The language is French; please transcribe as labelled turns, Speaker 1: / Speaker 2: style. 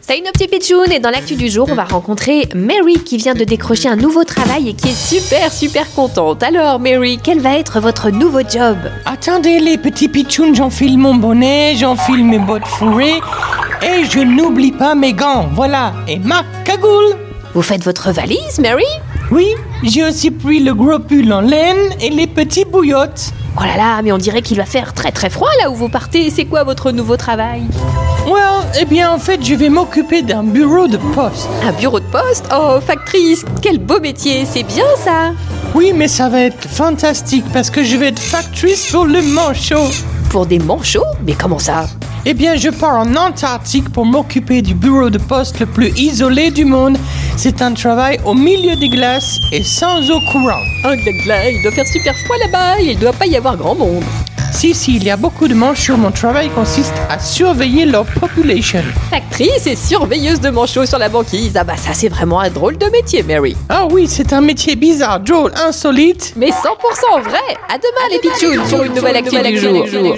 Speaker 1: Salut nos petits pitchouns et dans l'actu du jour, on va rencontrer Mary qui vient de décrocher un nouveau travail et qui est super super contente. Alors Mary, quel va être votre nouveau job
Speaker 2: Attendez les petits pitchouns, j'enfile mon bonnet, j'enfile mes bottes fourrées et je n'oublie pas mes gants, voilà, et ma cagoule
Speaker 1: Vous faites votre valise Mary
Speaker 2: Oui, j'ai aussi pris le gros pull en laine et les petits bouillottes.
Speaker 1: Oh là là, mais on dirait qu'il va faire très très froid là où vous partez. C'est quoi votre nouveau travail
Speaker 2: Well, eh bien en fait, je vais m'occuper d'un bureau de poste.
Speaker 1: Un bureau de poste Oh, factrice, quel beau métier, c'est bien ça
Speaker 2: Oui, mais ça va être fantastique parce que je vais être factrice pour le manchot.
Speaker 1: Pour des manchots Mais comment ça
Speaker 2: Eh bien, je pars en Antarctique pour m'occuper du bureau de poste le plus isolé du monde. C'est un travail au milieu des glaces et sans eau courante.
Speaker 1: Oh là là, il doit faire super froid là-bas, il doit pas y avoir grand monde.
Speaker 2: Si, si, il y a beaucoup de manchots. Mon travail consiste à surveiller leur population.
Speaker 1: Factrice et surveilleuse de manchots sur la banquise. Ah bah ça c'est vraiment un drôle de métier, Mary.
Speaker 2: Ah oui, c'est un métier bizarre, drôle, insolite.
Speaker 1: Mais 100% vrai. À demain les pitchouns pour une nouvelle actu du jour.